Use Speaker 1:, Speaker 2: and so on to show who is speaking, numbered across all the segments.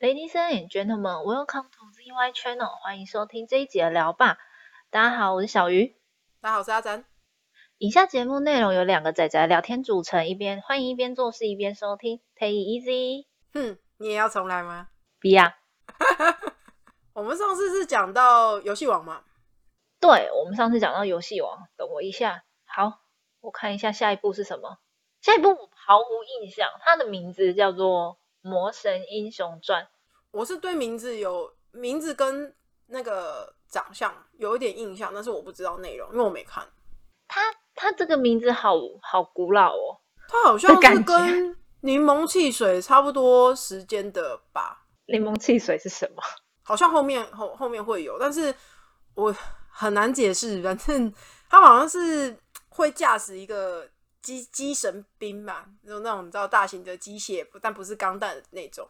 Speaker 1: Ladies and gentlemen, welcome to ZY Channel，欢迎收听这一集的聊吧。大家好，我是小鱼。
Speaker 2: 大家好，我是阿展。
Speaker 1: 以下节目内容由两个仔仔聊天组成，一边欢迎一边做事一边收听，Take it easy。嗯
Speaker 2: 哼，你也要重来吗？
Speaker 1: 比亚，
Speaker 2: 我们上次是讲到游戏王嘛，
Speaker 1: 对我们上次讲到游戏王，等我一下，好，我看一下下一步是什么。下一步我毫无印象，它的名字叫做《魔神英雄传》。
Speaker 2: 我是对名字有名字跟那个长相有一点印象，但是我不知道内容，因为我没看。
Speaker 1: 它它这个名字好好古老哦。
Speaker 2: 它好像
Speaker 1: 的感
Speaker 2: 是
Speaker 1: 觉
Speaker 2: 跟柠檬汽水差不多时间的吧，
Speaker 1: 柠檬汽水是什么？
Speaker 2: 好像后面后后面会有，但是我很难解释。 反正它好像是会驾驶一个机机神兵吧，就那种你知道大型的机械，但不是钢弹的那种。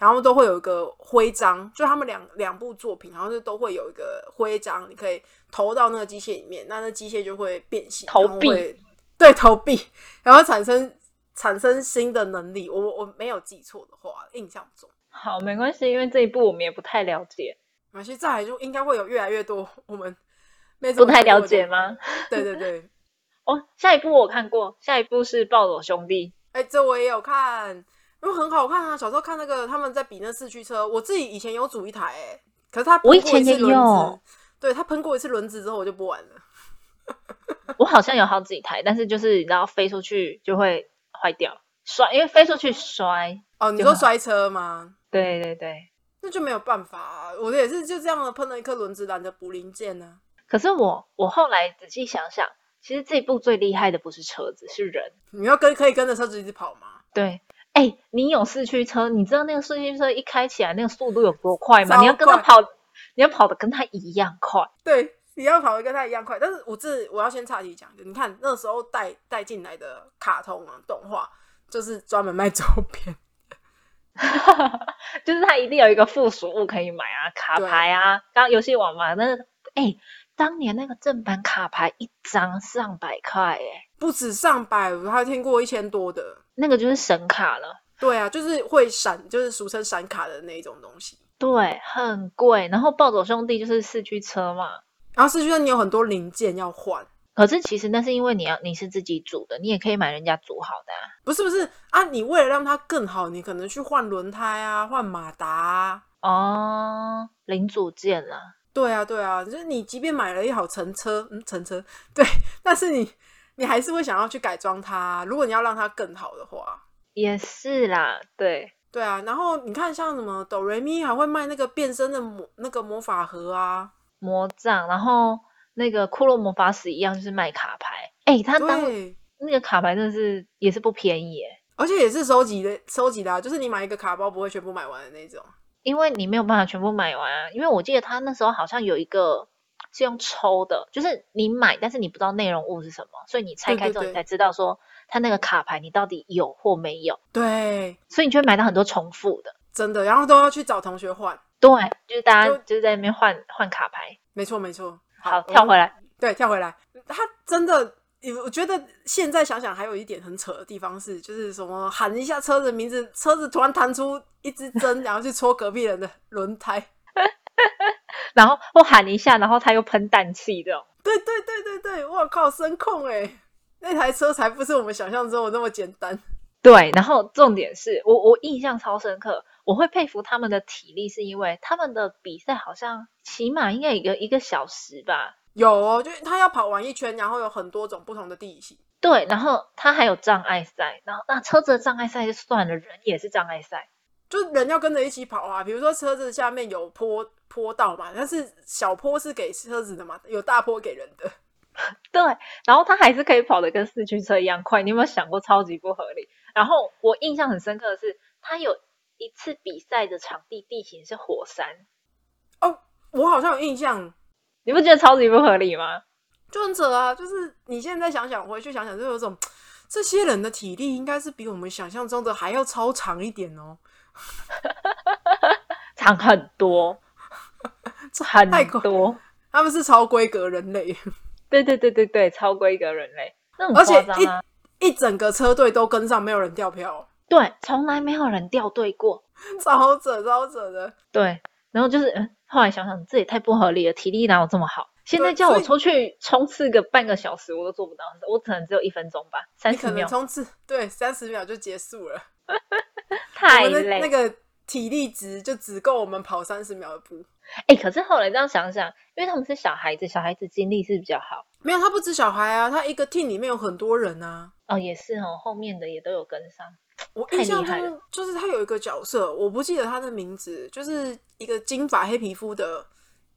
Speaker 2: 然后都会有一个徽章，就他们两两部作品，然后是都会有一个徽章，你可以投到那个机械里面，那那机械就会变形，
Speaker 1: 投
Speaker 2: 然后
Speaker 1: 币
Speaker 2: 会，对，投币， 然后产生产生新的能力。我我没有记错的话，印象中。
Speaker 1: 好，没关系，因为这一部我们也不太了解，
Speaker 2: 马戏再来就应该会有越来越多我们没怎
Speaker 1: 不
Speaker 2: 么
Speaker 1: 太了
Speaker 2: 看过的
Speaker 1: 解？吗？
Speaker 2: 对对 对，
Speaker 1: 哦，下一部我看过，下一部是《暴走兄 弟》。
Speaker 2: 哎、这我也有看，因为很好看啊。小时候看那个他们在比那四驱车，我自己以前有组一台、哎，可是它
Speaker 1: 我以
Speaker 2: 喷
Speaker 1: 前
Speaker 2: 过一次
Speaker 1: 也
Speaker 2: 轮子
Speaker 1: 有，
Speaker 2: 对它喷过一次轮子之后我就不玩了。
Speaker 1: 我好像有好几台，但是就是然后飞出去就会坏掉，摔，因为飞出去摔。
Speaker 2: 哦，你
Speaker 1: 就
Speaker 2: 说
Speaker 1: 很
Speaker 2: 摔车吗？
Speaker 1: 对对对，
Speaker 2: 那就没有办法、啊，我也是就这样的喷了一颗轮子，懒得补零件啊呢、
Speaker 1: 可是我我后来仔细想想，其实这一部最厉害的不是车子，是人。
Speaker 2: 你要跟可以跟着车子一直跑吗？
Speaker 1: 对，哎，你有四驱车，你知道那个四驱车一开起来那个速度有多快吗？你要
Speaker 2: 超
Speaker 1: 跟他
Speaker 2: 快
Speaker 1: 跑，你要跑的跟他一样快。
Speaker 2: 对，你要跑得跟他一样快。但是我这我要先岔题讲一个，你看那时候带带进来的卡通啊动画，就是专门卖周边。
Speaker 1: 就是它一定有一个附属物可以买啊，卡
Speaker 2: 对
Speaker 1: 牌啊，刚刚游戏王嘛，那哎、当年那个正版卡牌一张上百块哎，
Speaker 2: 不止上百，我还听过一千多的。
Speaker 1: 那个就是神卡了，
Speaker 2: 对啊，就是会闪，就是俗称闪卡的那一种东西。
Speaker 1: 对，很贵。然后暴走兄弟就是四驱车嘛，
Speaker 2: 然后四驱车你有很多零件要换，
Speaker 1: 可是其实那是因为你要你是自己组的，你也可以买人家组好的、啊。
Speaker 2: 不是不是啊？你为了让它更好，你可能去换轮胎啊，换马达、啊。
Speaker 1: 哦，零组件啦，
Speaker 2: 对啊，对啊，就是你即便买了一好乘车，嗯，乘车，对，但是你你还是会想要去改装它啊。如果你要让它更好的话，
Speaker 1: 也是啦，对，
Speaker 2: 对啊，然后你看像什么哆瑞咪还会卖那个变身的魔那个魔法盒啊，
Speaker 1: 魔杖，然后那个骷髅魔法使一样就是卖卡牌，哎、他当
Speaker 2: 对，
Speaker 1: 那个卡牌真的是也是不便宜哎。
Speaker 2: 而且也是收集的收集的、啊，就是你买一个卡包不会全部买完的那种。
Speaker 1: 因为你没有办法全部买完啊，因为我记得他那时候好像有一个是用抽的，就是你买，但是你不知道内容物是什么，所以你拆
Speaker 2: 对
Speaker 1: 开
Speaker 2: 对
Speaker 1: 之后你
Speaker 2: 对
Speaker 1: 才知道说他那个卡牌你到底有或没有，
Speaker 2: 对，
Speaker 1: 所以你就会买到很多重复的。
Speaker 2: 真的，然后都要去找同学换。
Speaker 1: 对，就是大家
Speaker 2: 就嗯
Speaker 1: 就是在那边换换卡牌。
Speaker 2: 没错，没错。
Speaker 1: 好，跳回
Speaker 2: 来。
Speaker 1: 来，
Speaker 2: 对，跳回来。他真的，我觉得现在想想还有一点很扯的地方是，就是什么喊一下车子名字，车子突然弹出一支针，然后去戳隔壁人的轮胎。
Speaker 1: 然后我喊一下，然后他又喷氮气这种。
Speaker 2: 对对对对对，我靠，声控哎、那台车才不是我们想象中的那么简单。
Speaker 1: 对，然后重点是我我印象超深刻，我会佩服他们的体力，是因为他们的比赛好像起码应该有一个一个小时吧，
Speaker 2: 有哦，就是他要跑完一圈，然后有很多种不同的地形。
Speaker 1: 对，然后它还有障碍赛，然后那车子的障碍赛就算了，人也是障碍赛。
Speaker 2: 就是人要跟着一起跑啊。比如说车子下面有坡坡道嘛，但是小坡是给车子的嘛，有大坡给人的。
Speaker 1: 对，然后它还是可以跑得跟四驱车一样快，你有没有想过超级不合理？然后我印象很深刻的是，它有一次比赛的场地地形是火山，
Speaker 2: 我好像有印象，
Speaker 1: 你不觉得超级不合理吗？
Speaker 2: 就很扯啊。就是你现在想想，回去想想，就有种这些人的体力应该是比我们想象中的还要超长一点哦，
Speaker 1: 场很多，
Speaker 2: 这
Speaker 1: 很
Speaker 2: 太夸
Speaker 1: 多，
Speaker 2: 他们是超规格人类，
Speaker 1: 对对对对对，超规格人类，那很
Speaker 2: 而且
Speaker 1: 夸张啊！
Speaker 2: 一一整个车队都跟上，没有人掉票。
Speaker 1: 对，从来没有人掉队过。
Speaker 2: 超扯超扯的。
Speaker 1: 对，然后就是，嗯，后来想想这也太不合理了，体力哪有这么好？现在
Speaker 2: 对
Speaker 1: 叫
Speaker 2: 所
Speaker 1: 我
Speaker 2: 以
Speaker 1: 冲去冲刺个半个小时，我都做不到，我可能只有一分钟吧，三
Speaker 2: 你
Speaker 1: 十
Speaker 2: 可能
Speaker 1: 秒，
Speaker 2: 冲刺对三十秒就结束了，
Speaker 1: 太
Speaker 2: 我们的
Speaker 1: 累。
Speaker 2: 那个体力值就只够我们跑三十秒的步。
Speaker 1: 哎、可是后来这样想想，因为他们是小孩子，小孩子精力是比较好。
Speaker 2: 没有，他不止小孩啊，他一个 team 里面有很多人啊。
Speaker 1: 哦，也是哦，后面的也都有跟上。
Speaker 2: 我
Speaker 1: 太
Speaker 2: 印
Speaker 1: 厉
Speaker 2: 象
Speaker 1: 害
Speaker 2: 中就是他有一个角色，我不记得他的名字，就是一个金发黑皮肤的，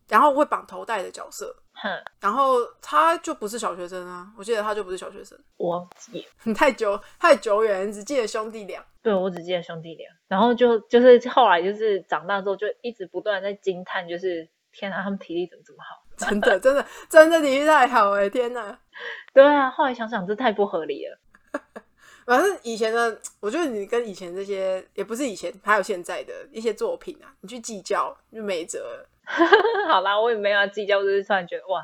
Speaker 2: 然后会绑头带的角色。
Speaker 1: 哼，
Speaker 2: 然后他就不是小学生啊，我记得他就不是小学生，
Speaker 1: 我也
Speaker 2: 太久太久远，只记得兄弟俩。
Speaker 1: 对我只记得兄弟俩，然后就就是后来就是长大之后就一直不断地在惊叹，就是天啊，他们体力怎么这么好？
Speaker 2: 真的，真的，真的体育太好哎、天哪！
Speaker 1: 对啊，后来想想这太不合理了。
Speaker 2: 反正以前的，我觉得你跟以前这些，也不是以前，还有现在的一些作品啊，你去计较就没辙了。
Speaker 1: 好啦，我也没有要计较，就是突然觉得哇，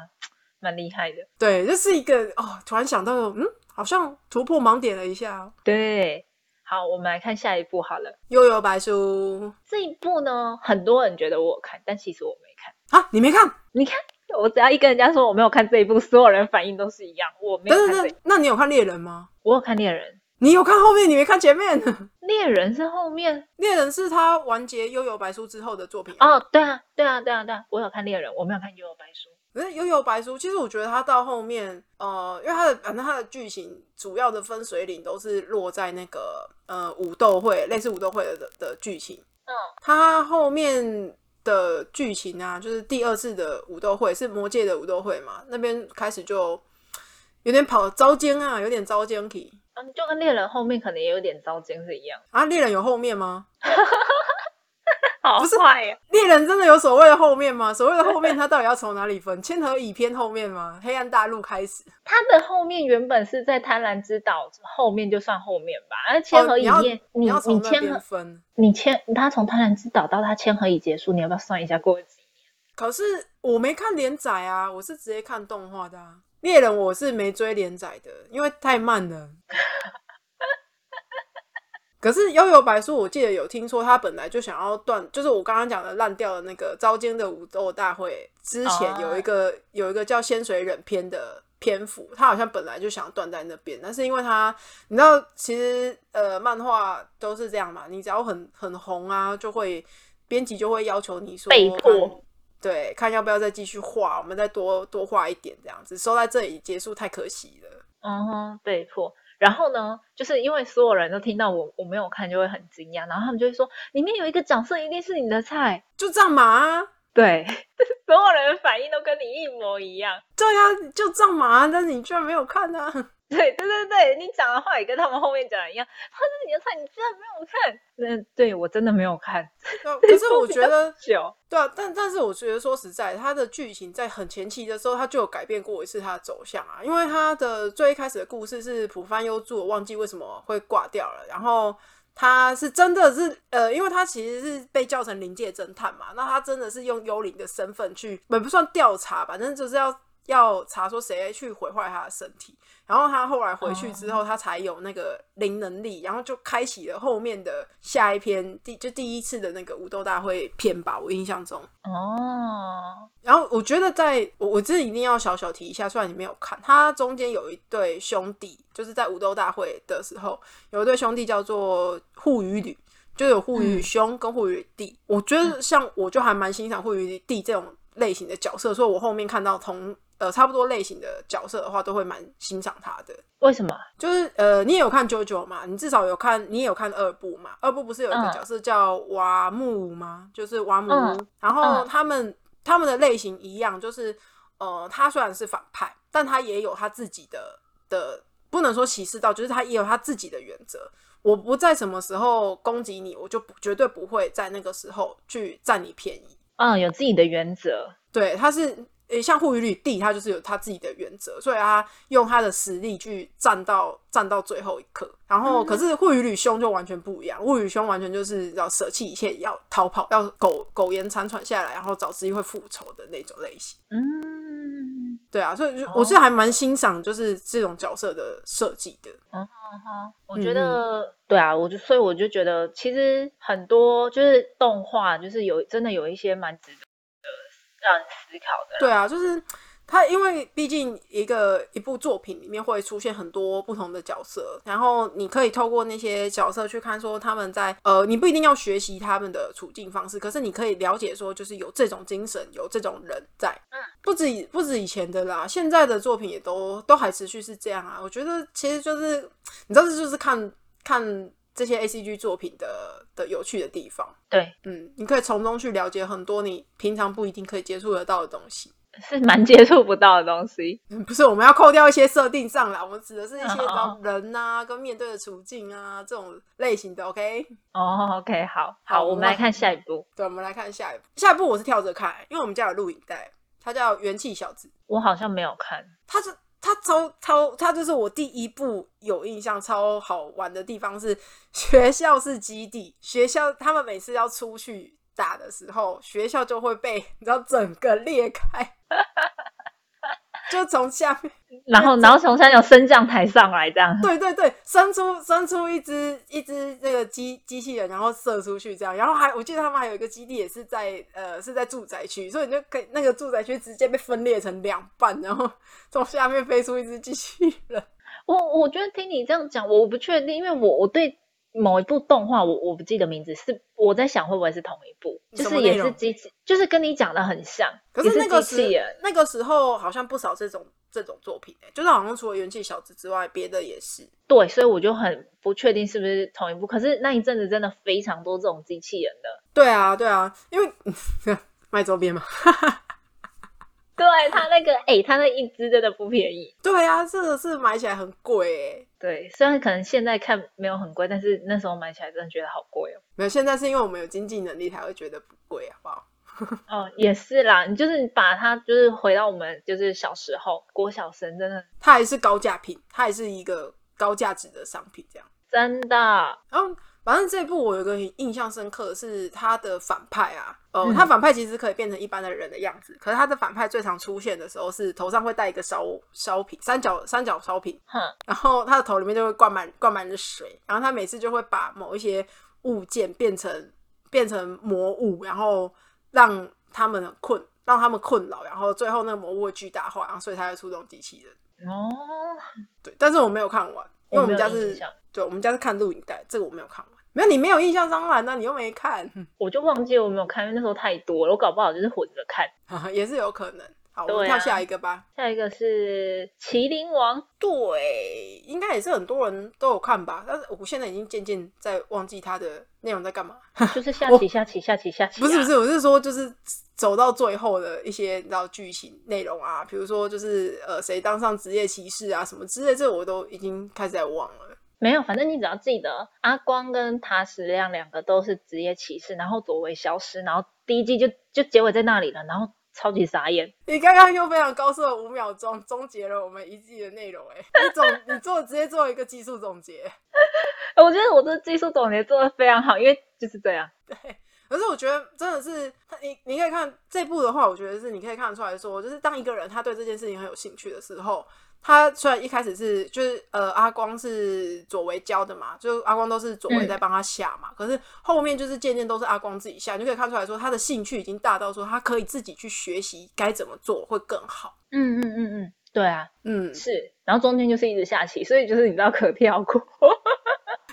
Speaker 1: 蛮厉害的。
Speaker 2: 对，就是一个哦，突然想到，嗯，好像突破盲点了一下、哦。
Speaker 1: 对，好，我们来看下一部好了。
Speaker 2: 悠悠白书
Speaker 1: 这一部呢，很多人觉得我有看，但其实我没看。
Speaker 2: 啊，你没看？
Speaker 1: 你看，我只要一跟人家说我没有看这一部，所有人反应都是一样，我没有
Speaker 2: 等
Speaker 1: 看
Speaker 2: 等
Speaker 1: 这一
Speaker 2: 等，那你有看猎人吗？
Speaker 1: 我有看猎人，
Speaker 2: 你有看后面，你没看前面？
Speaker 1: 猎人是后面
Speaker 2: 猎人是他完结悠悠白书之后的作品啊。
Speaker 1: 哦，对啊，对啊，对啊，对啊，我有看猎人，我没有看幽游白书。
Speaker 2: 可是《悠悠白书》，其实我觉得它到后面，呃，因为它的反正它的剧情主要的分水岭都是落在那个呃武斗会，类似武斗会的的的剧情。
Speaker 1: 嗯，
Speaker 2: 它后面的剧情啊，就是第二次的武斗会是魔界的武斗会嘛，那边开始就有点跑招奸啊，有点招奸体
Speaker 1: 嗯，就跟猎人后面可能也有点糟践是一样，
Speaker 2: 啊。猎人有后面吗？
Speaker 1: 好
Speaker 2: 不是
Speaker 1: 坏啊呀、
Speaker 2: 猎人真的有所谓的后面吗？所谓的 后面，它到底要从哪里分？千和乙篇后面吗？黑暗大陆开始？
Speaker 1: 他的后面原本是在贪婪之岛后面，就算后面吧。而千和
Speaker 2: 哦
Speaker 1: 乙
Speaker 2: 你要
Speaker 1: 面，
Speaker 2: 你要
Speaker 1: 你
Speaker 2: 从那
Speaker 1: 千和
Speaker 2: 边分。
Speaker 1: 你千他从贪婪之岛到他千和乙结束，你要不要算一下过了几年？
Speaker 2: 可是我没看连载啊，我是直接看动画的、啊。猎人我是没追连载的，因为太慢了。可是悠悠白书，我记得有听说他本来就想要断，就是我刚刚讲的烂掉的那个招奸的武斗大会之前
Speaker 1: 哦
Speaker 2: 有一个、有一个叫仙水忍篇的篇幅，他好像本来就想断在那边，但是因为他你知道，其实呃，漫画都是这样嘛，你只要很很红啊，就会编辑就会要求你说
Speaker 1: 被迫
Speaker 2: 看对，看要不要再继续画，我们再多多画一点这样子，收在这里结束太可惜了。
Speaker 1: 嗯哼，被迫。然后呢，就是因为所有人都听到我我没有看，就会很惊讶，然后他们就会说里面有一个角色一定是你的菜。
Speaker 2: 就这样嘛啊，
Speaker 1: 对， 所有人的反应都跟你一模一样。
Speaker 2: 对呀、啊，就这样嘛啊，但是你居然没有看啊！
Speaker 1: 对对对对，你讲的话也跟他们后面讲的一样，他是你的菜，你居然没有看？那对我真的没有看，
Speaker 2: 那啊可是我 觉得，
Speaker 1: 久
Speaker 2: 对啊，但但是我觉得说实在，它的剧情在很前期的时候，它就有改变过一次它的走向啊。因为它的最一开始的故事是浦帆优助，我忘记为什么会挂掉了，然后。他是真的是呃，因为他其实是被叫成灵界侦探嘛，那他真的是用幽灵的身份去，也不算调查，反正就是要要查说谁去毁坏他的身体。然后他后来回去之后，他才有那个灵能力，然后就开启了后面的下一篇第就第一次的那个武斗大会篇吧，我印象中。
Speaker 1: 哦，
Speaker 2: 然后我觉得在，我我这一定要小小提一下，虽然你没有看，他中间有一对兄弟，就是在武斗大会的时候，有一对兄弟叫做护鱼女，就有护鱼兄跟护鱼弟。我觉得像我就还蛮欣赏护鱼弟这种类型的角色，所以我后面看到同呃差不多类型的角色的话，都会蛮欣赏他的。
Speaker 1: 为什么？
Speaker 2: 就是呃，你也有看《JoJo 嘛？你至少有看，你也有看二部嘛？二部不是有一个
Speaker 1: 嗯
Speaker 2: 角色叫瓦木屋吗？就是瓦木屋。
Speaker 1: 嗯
Speaker 2: 然后
Speaker 1: 嗯
Speaker 2: 他们、他们的类型一样，就是呃，他虽然是反派，但他也有他自己的的，不能说歧视到，就是他也有他自己的原则。我不在什么时候攻击你，我就不绝对不会在那个时候去占你便宜。
Speaker 1: 嗯，有自己的原则，
Speaker 2: 对，他是呃，像护宇吕帝，他就是有他自己的原则，所以他用他的实力去战到战到最后一刻。然后，
Speaker 1: 嗯
Speaker 2: 可是护宇吕兄就完全不一样，护宇兄完全就是要舍弃一切，要逃跑，要苟苟延残喘下来，然后找机会复仇的那种类型。
Speaker 1: 嗯，
Speaker 2: 对啊，所以就
Speaker 1: 哦
Speaker 2: 我是还蛮欣赏就是这种角色的设计的。
Speaker 1: 哈，啊我觉得、嗯对啊，我就所以我就觉得，其实很多就是动画，就是有真的有一些蛮值得让人思考的啦。
Speaker 2: 对啊，就是他，因为毕竟一个一部作品里面会出现很多不同的角色，然后你可以透过那些角色去看说他们在呃，你不一定要学习他们的处境方式，可是你可以了解说就是有这种精神，有这种人在。
Speaker 1: 嗯，
Speaker 2: 不止以不止以前的啦，现在的作品也都都还持续是这样啊。我觉得其实就是你知道，这就是看看这些 A C G 作品的的有趣的地方。
Speaker 1: 对，
Speaker 2: 嗯，你可以从中去了解很多你平常不一定可以接触得到的东西。
Speaker 1: 是蛮接触不到的东西。
Speaker 2: 嗯 不是，我们要扣掉一些设定上啦，我们指的是一些
Speaker 1: 哦
Speaker 2: 比较人啊，跟面对的处境啊这种类型的。OK，
Speaker 1: 哦，OK，好
Speaker 2: 好
Speaker 1: 好，我们来
Speaker 2: 那
Speaker 1: 看下一步。
Speaker 2: 对，我们来看下一步。下一步我是跳着看，因为我们家有录影带，它叫《元气小子》，
Speaker 1: 我好像没有看，
Speaker 2: 它是它超超，它就是我第一部有印象超好玩的地方是学校是基地， 学校他们每次要出去打的时候，学校就会被你知道整个裂开，就从下面。
Speaker 1: 然后然后从三角升降台上来这样。
Speaker 2: 对对对，伸出伸出一只一只那个机机器人，然后射出去这样，然后还我记得他们还有一个基地也是在呃是在住宅区，所以你就可以那个住宅区直接被分裂成两半，然后从下面飞出一只机器人。
Speaker 1: 我我觉得听你这样讲，我不确定，因为我我对某一部动画，我我不记得名字，是我在想会不会是同一部，就
Speaker 2: 什
Speaker 1: 是
Speaker 2: 么
Speaker 1: 也
Speaker 2: 内
Speaker 1: 是
Speaker 2: 容
Speaker 1: 机器，就是跟你讲的很像，
Speaker 2: 可
Speaker 1: 也
Speaker 2: 是那个
Speaker 1: 机器
Speaker 2: 时
Speaker 1: 人。
Speaker 2: 那个时候好像不少这种这种作品、欸，就是好像除了元气小子之外，别的也是。
Speaker 1: 对，所以我就很不确定是不是同一部。可是那一阵子真的非常多这种机器人的，
Speaker 2: 对啊对啊，因为 卖周边嘛。
Speaker 1: 对他那个，哎、他那一只真的不便宜。
Speaker 2: 对啊，这个是买起来很贵欸诶、
Speaker 1: 对，虽然可能现在看没有很贵，但是那时候买起来真的觉得好贵哦。
Speaker 2: 没有，现在是因为我们有经济能力才会觉得不贵，好不好？
Speaker 1: 哦，也是啦，你就是把它就是回到我们就是小时候郭小生，真的
Speaker 2: 它还是高价品，它还是一个高价值的商品这样。
Speaker 1: 真的，
Speaker 2: 然后，反正这部我有一个很印象深刻的是它的反派啊，呃，
Speaker 1: 嗯
Speaker 2: 它反派其实可以变成一般的人的样子，可是它的反派最常出现的时候是头上会戴一个烧烧瓶，三角三角烧瓶，
Speaker 1: 哼，
Speaker 2: 然后他的头里面就会灌满灌满着水，然后他每次就会把某一些物件变成变成魔物，然后让他们很困让他们困扰，然后最后那个魔物会巨大化，然后所以他会出动机器人。
Speaker 1: 哦，
Speaker 2: 对，但是我没有看完，因为我们家
Speaker 1: 我没有印
Speaker 2: 是
Speaker 1: 象，
Speaker 2: 对，我们家是看录影带，这个我没有看完。没有，你没有印象当然啊呢，你又没看，
Speaker 1: 我就忘记我没有看，因为那时候太多了，我搞不好就是混着看。
Speaker 2: 也是有可能。好，我
Speaker 1: 对
Speaker 2: 们
Speaker 1: 啊
Speaker 2: 跳下一个吧。
Speaker 1: 下一个是《麒麟王》，
Speaker 2: 对，应该也是很多人都有看吧，但是我现在已经渐渐在忘记它的内容在干嘛。
Speaker 1: 就是下
Speaker 2: 我
Speaker 1: 棋下棋下棋下棋、啊，
Speaker 2: 哦不是不是，我是说就是走到最后的一些你知道剧情内容啊，比如说就是呃谁当上职业骑士啊什么之类，这我都已经开始在忘了。
Speaker 1: 没有，反正你只要记得阿光跟塔矢亮两个都是职业骑士，然后佐为消失，然后第一季就就结尾在那里了，然后超级傻眼。
Speaker 2: 你刚刚用非常高速的五秒钟终结了我们一季的内容、欸，哎，你总你做直接做一个技术总结，
Speaker 1: 我觉得我的技术总结做的非常好，因为就是这样。
Speaker 2: 可是我觉得真的是，他你你可以看这部的话，我觉得是你可以看得出来说，就是当一个人他对这件事情很有兴趣的时候，他虽然一开始是就是呃阿光是左为教的嘛，就阿光都是左为在帮他下嘛，可是后面就是渐渐都是阿光自己下，你就可以看出来说他的兴趣已经大到说他可以自己去学习该怎么做会更好。
Speaker 1: 嗯嗯嗯嗯，对啊，
Speaker 2: 嗯，
Speaker 1: 是。然后中间就是一直下棋，所以就是你知道可跳过。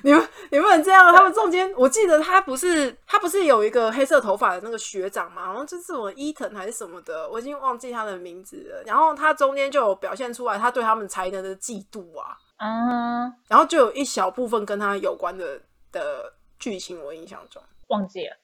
Speaker 2: 你们 你们很这样，他们中间我记得他不是他不是有一个黑色头发的那个学长嘛，好像就是我伊藤还是什么的，我已经忘记他的名字了。然后他中间就有表现出来他对他们才能的嫉妒啊，
Speaker 1: 啊，
Speaker 2: 然后就有一小部分跟他有关的的剧情，我印象中
Speaker 1: 忘记了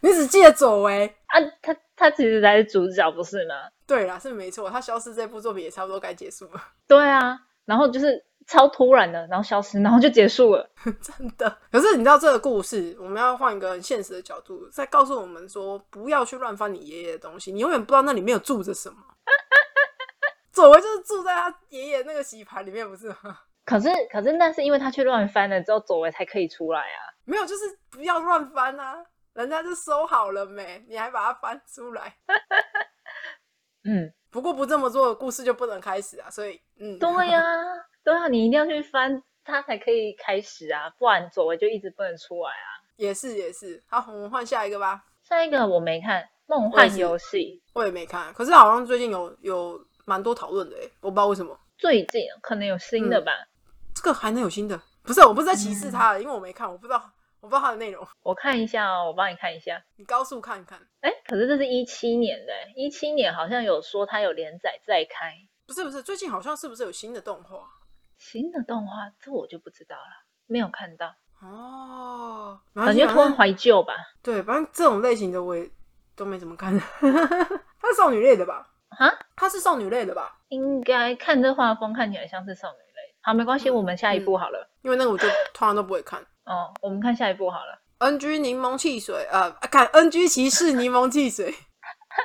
Speaker 2: 你只记得佐为。
Speaker 1: 啊，他他其实才是主角，不是吗？
Speaker 2: 对啦，是没错，他消失这部作品也差不多该结束了，
Speaker 1: 对啊，然后就是超突然的，然后消失，然后就结束了。
Speaker 2: 真 的。可是你知道这个故事，我们要换一个很现实的角度，再告诉我们说，不要去乱翻你爷爷的东西，你永远不知道那里面有住着什么。 左为就是住在他爷爷那个洗盘里面，不是吗？
Speaker 1: 可是可是那是因为他去乱翻了之后，佐为才可以出来啊。
Speaker 2: 没有，就是不要乱翻啊，人家就收好了没，你还把它翻出来。
Speaker 1: 嗯，
Speaker 2: 不过不这么做，故事就不能开始啊。所以，嗯，
Speaker 1: 对呀、对啊，你一定要去翻它才可以开始啊，不然左为就一直不能出来啊。
Speaker 2: 也是也是。好，我们换下一个吧。
Speaker 1: 下一个我没看《梦
Speaker 2: 我也
Speaker 1: 幻
Speaker 2: 是
Speaker 1: 游戏
Speaker 2: 我也没看，啊可是好像最近有有蛮多讨论的诶，我不知道为什么。》，
Speaker 1: 最近可能有新的
Speaker 2: 嗯
Speaker 1: 吧，
Speaker 2: 这个还能有新的？不是，我不是在歧
Speaker 1: 嗯
Speaker 2: 视他，因为我没看，我不知道，我不知道它的内容。
Speaker 1: 我看一下哦，我帮你看一下。
Speaker 2: 你高速看一看。
Speaker 1: 哎，可是这是一七年的，欸一七年好像有说它有连载再开
Speaker 2: 不是不是，最近好像是不是有新的动画？
Speaker 1: 新的动画，这我就不知道了，没有看到，
Speaker 2: 哦，
Speaker 1: 感觉
Speaker 2: 反
Speaker 1: 突然
Speaker 2: 正
Speaker 1: 怀旧吧？
Speaker 2: 对，反正这种类型的我也都没怎么看。 它是少女类的吧？
Speaker 1: 啊，
Speaker 2: 它是少女类的吧？
Speaker 1: 应该看这画风看起来像是少女类。好，没关系，我们下一步
Speaker 2: 嗯
Speaker 1: 好了。
Speaker 2: 因为那个我就通常都不会看。
Speaker 1: 哦，我们看下一步好了。
Speaker 2: NG 柠檬汽水，呃，看 NG 骑士柠檬汽水，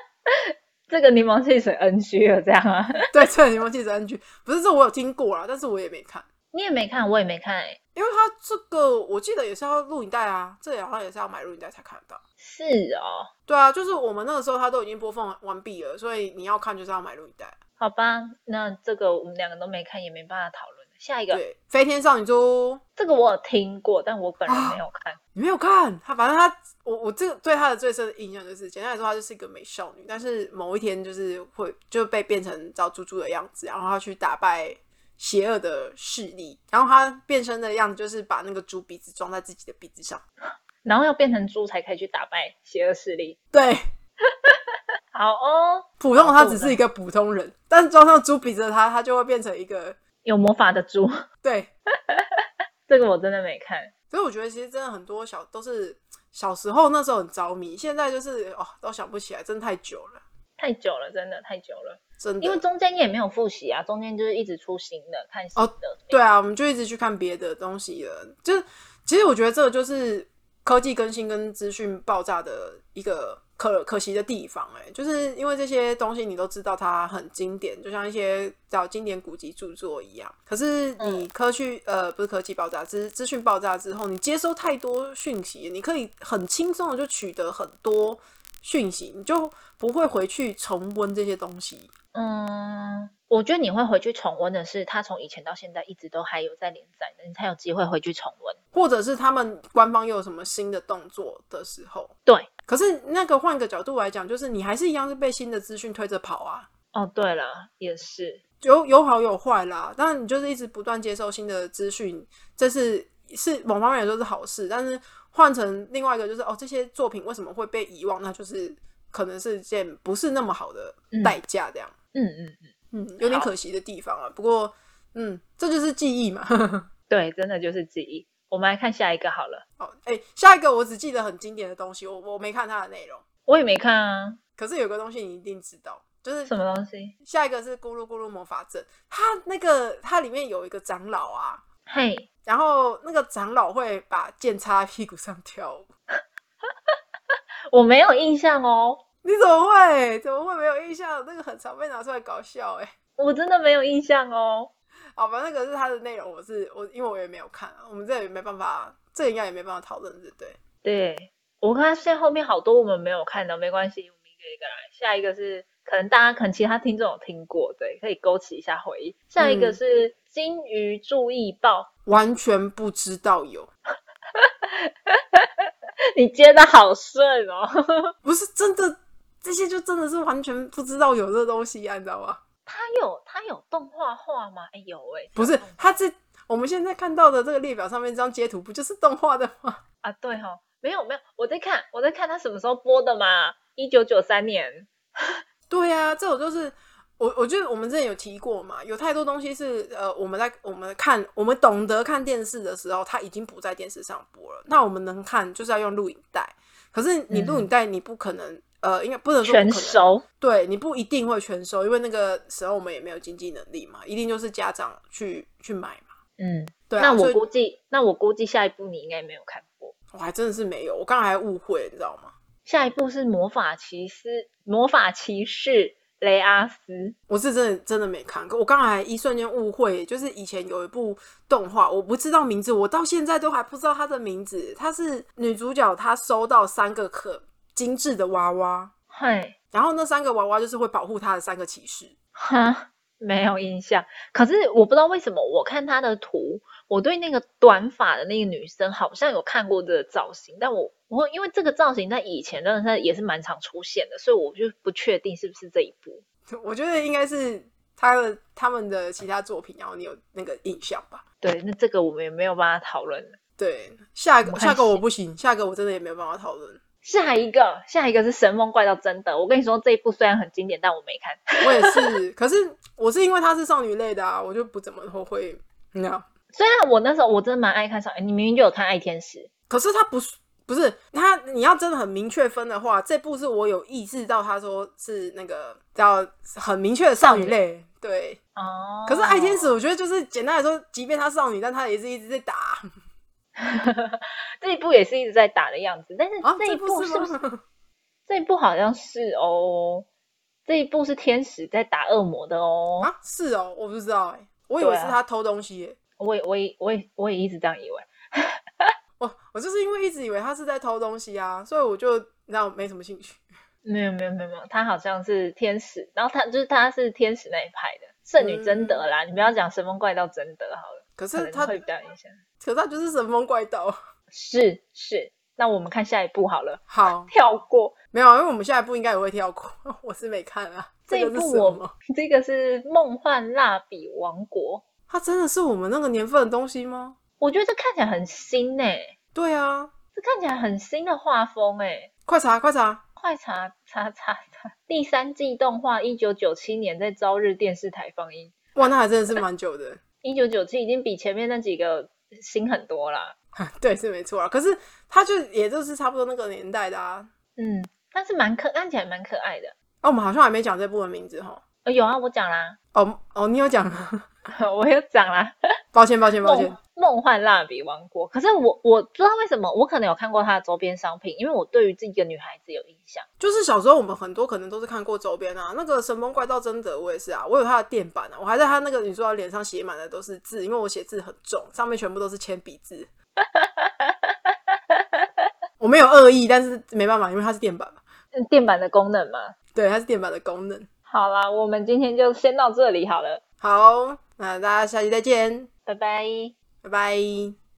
Speaker 1: 这个柠檬汽水 NG 了，这样啊？
Speaker 2: 对，这个柠檬汽水 NG，不是这我有听过啦，但是我也没看，
Speaker 1: 你也没看，我也没看、哎，
Speaker 2: 因为它这个我记得也是要录影带啊，这好像也是要买录影带才看得到。
Speaker 1: 是哦，
Speaker 2: 对啊，就是我们那个时候它都已经播放完毕了，所以你要看就是要买录影带。
Speaker 1: 好吧，那这个我们两个都没看，也没办法讨论。下一个，
Speaker 2: 对，飞天少女猪
Speaker 1: 这个我有听过，但我本人
Speaker 2: 啊
Speaker 1: 没有看。
Speaker 2: 你没有看他，反正他，我我这个对他的最深的印象就是，简单来说，她就是一个美少女，但是某一天就是会就被变成找猪猪的样子，然后她去打败邪恶的势力，然后她变身的样子就是把那个猪鼻子装在自己的鼻子上，
Speaker 1: 然后要变成猪才可以去打败邪恶势力。
Speaker 2: 对，
Speaker 1: 好哦，
Speaker 2: 普通的她只是一个普通人，但是装上猪鼻子的她，她就会变成一个
Speaker 1: 有魔法的猪，
Speaker 2: 对，
Speaker 1: 这个我真的没看。
Speaker 2: 所以我觉得其实真的很多小都是小时候那时候很着迷，现在就是哦都想不起来，真的太久了，
Speaker 1: 太久了，真的太久了，
Speaker 2: 真的，
Speaker 1: 因为中间也没有复习啊，中间就是一直出新的，看新的。
Speaker 2: 对啊，我们就一直去看别的东西了。就是其实我觉得这个就是科技更新跟资讯爆炸的一个可可惜的地方、欸，哎，就是因为这些东西你都知道它很经典，就像一些叫经典古籍著作一样。可是你科技、呃不是科技爆炸，资资讯爆炸之后，你接收太多讯息，你可以很轻松的就取得很多讯息，你就不会回去重温这些东西。
Speaker 1: 嗯，我觉得你会回去重温的是，它从以前到现在一直都还有在连载的，你才有机会回去重温。
Speaker 2: 或者是他们官方又有什么新的动作的时候，
Speaker 1: 对，
Speaker 2: 可是那个换个角度来讲，就是你还是一样是被新的资讯推着跑啊，
Speaker 1: 哦，对了，也是，
Speaker 2: 有有好有坏啦。当然，你就是一直不断接受新的资讯，这是是某方面来说是好事，但是换成另外一个就是哦，这些作品为什么会被遗忘？那就是可能是件不是那么好的代价，这样，
Speaker 1: 嗯嗯，
Speaker 2: 嗯有点
Speaker 1: 好
Speaker 2: 可惜的地方啊。不过，嗯，这就是记忆嘛。
Speaker 1: 对，真的就是记忆。我们来看下一个好了，
Speaker 2: 好，哎、下一个我只记得很经典的东西，我我没看它的内容。
Speaker 1: 我也没看啊，
Speaker 2: 可是有个东西你一定知道，就是
Speaker 1: 什么东西？
Speaker 2: 下一个是咕噜咕噜魔法阵，它那个它里面有一个长老啊，
Speaker 1: 嘿，
Speaker 2: 然后那个长老会把剑插屁股上跳舞，
Speaker 1: 我没有印象哦，
Speaker 2: 你怎么会怎么会没有印象？那个很常被拿出来搞笑哎、
Speaker 1: 我真的没有印象哦。
Speaker 2: 好吧，那个是它的内容，我是我因为我也没有看啊，我们这也没办法，这应该也没办法讨论，对不对？
Speaker 1: 对，我看现在后面好多我们没有看的，没关系，我们一个一个来。下一个是可能大家可能其他听众有听过，对，可以勾起一下回忆。下一
Speaker 2: 嗯
Speaker 1: 个是金鱼注意报，
Speaker 2: 完全不知道有，
Speaker 1: 你接的好顺哦。
Speaker 2: 不是真的，这些就真的是完全不知道有这个东西啊，你知道吗？
Speaker 1: 它有它有动画化吗？哎有哎、
Speaker 2: 不是
Speaker 1: 它有动，
Speaker 2: 它这我们现在看到的这个列表上面这张截图，不就是动画的吗？
Speaker 1: 啊对哈、哦，没有没有，我在看我在看它什么时候播的嘛，一九九三年。
Speaker 2: 对啊，这种就是我，我觉得我们之前有提过嘛，有太多东西是呃，我们在我们看我们懂得看电视的时候，它已经不在电视上播了。那我们能看，就是要用录影带。可是你
Speaker 1: 嗯
Speaker 2: 录影带，你不可能、呃，应该不能说不
Speaker 1: 全
Speaker 2: 可能，
Speaker 1: 熟，
Speaker 2: 对，你不一定会全收，因为那个时候我们也没有经济能力嘛，一定就是家长去去买嘛。
Speaker 1: 嗯，
Speaker 2: 对啊，
Speaker 1: 那
Speaker 2: 所
Speaker 1: 我
Speaker 2: 以
Speaker 1: 估计，那我估计下一部你应该没有看过，
Speaker 2: 我还真的是没有，我刚才还误会，你知道吗？
Speaker 1: 下一部是魔法骑士，魔法骑士雷阿斯，
Speaker 2: 我是真的真的没看过，我刚才一瞬间误会，就是以前有一部动画，我不知道名字，我到现在都还不知道它的名字。它是女主角，她收到三个可精致的娃娃，
Speaker 1: 嘿，
Speaker 2: 然后那三个娃娃就是会保护他的三个骑士。
Speaker 1: 哈，没有印象。可是我不知道为什么，我看她的图，我对那个短发的那个女生好像有看过这个造型，但我我因为这个造型在以前真的是也是蛮常出现的，所以我就不确定是不是这一部。
Speaker 2: 我觉得应该是他的他们的其他作品，然后你有那个印象吧？
Speaker 1: 对，那这个我们也没有办法讨论了。
Speaker 2: 对，下一
Speaker 1: 我
Speaker 2: 个
Speaker 1: 看
Speaker 2: 下一个我不行，下一个我真的也没有办法讨论。
Speaker 1: 下一个，下一个是《神风怪盗真的》，我跟你说这一部虽然很经典，但我没看。
Speaker 2: 我也是，可是我是因为她是少女类的啊，我就不怎么后悔。那、
Speaker 1: 虽然我那时候我真的蛮爱看上，你明明就有看《爱天使》，
Speaker 2: 可是她不是不是她，你要真的很明确分的话，这部是我有意识到她说是那个叫很明确的少女类。对，
Speaker 1: 哦
Speaker 2: 可是爱天使，我觉得就是简单来说，即便她少女，但她也是一直在打
Speaker 1: 这一部也是一直在打的样子，但是
Speaker 2: 啊。
Speaker 1: 哦一
Speaker 2: 这
Speaker 1: 部
Speaker 2: 部
Speaker 1: 是
Speaker 2: 是
Speaker 1: 不是、
Speaker 2: 吗？
Speaker 1: 这一部好像是哦，这一部是天使在打恶魔的哦。
Speaker 2: 啊，是哦，我不知道哎、我以为
Speaker 1: 对
Speaker 2: 是
Speaker 1: 啊
Speaker 2: 她偷东西欸耶、
Speaker 1: 我也我也我也我也一直这样以为。
Speaker 2: 我哦我就是因为一直以为她是在偷东西啊，所以我就你知道没什么兴趣。
Speaker 1: 没有没有没有没有，他好像是天使，然后他就是他是天使那一派的圣
Speaker 2: 嗯
Speaker 1: 女贞德啦，你不要讲神风怪盗贞德好了，可
Speaker 2: 可是
Speaker 1: 能
Speaker 2: 她，
Speaker 1: 会
Speaker 2: 可
Speaker 1: 比较影响。
Speaker 2: 是她就是神风怪盗。
Speaker 1: 是是，那我们看下一部好了，
Speaker 2: 好，
Speaker 1: 跳过
Speaker 2: 没有啊，因为我们下一部应该也会跳过， 我是没看啊。
Speaker 1: 这一
Speaker 2: 个是
Speaker 1: 部
Speaker 2: 什
Speaker 1: 我
Speaker 2: 么？
Speaker 1: 这个是《梦幻蜡笔王国》，
Speaker 2: 它真的是我们那个年份的东西吗？
Speaker 1: 我觉得这看起来很新呢、
Speaker 2: 对啊，
Speaker 1: 这看起来很新的画风哎、
Speaker 2: 快查快查！
Speaker 1: 快查查查查！第三季动画一九九七年在朝日电视台放映，
Speaker 2: 哇，那还真的是蛮久的。
Speaker 1: 一九九七已经比前面那几个新很多啦。
Speaker 2: 对，是没错啊。可是它就也就是差不多那个年代的啊。
Speaker 1: 嗯，但是蛮可，看起来蛮可爱的。
Speaker 2: 哦，我们好像还没讲这部的名字哈。
Speaker 1: 呃，有啊，我讲啦，
Speaker 2: 哦哦，你有讲？
Speaker 1: 我有讲啦，
Speaker 2: 抱歉抱歉抱歉
Speaker 1: 梦。梦幻蜡笔王国。可是我我不知道为什么，我可能有看过她的周边商品，因为我对于这个女孩子有印象。
Speaker 2: 就是小时候我们很多可能都是看过周边啊，那个《神风怪盗真德》我也是啊，我有他的垫板啊，我还在他那个你说他脸上写满的都是字，因为我写字很重，上面全部都是铅笔字。我没有恶意，但是没办法，因为它是垫板嘛，
Speaker 1: 嗯电板的功能嘛。
Speaker 2: 对，它是垫板的功能。
Speaker 1: 好啦，我们今天就先到这里好了，
Speaker 2: 好，那大家下期再见，
Speaker 1: 拜拜。
Speaker 2: 拜拜。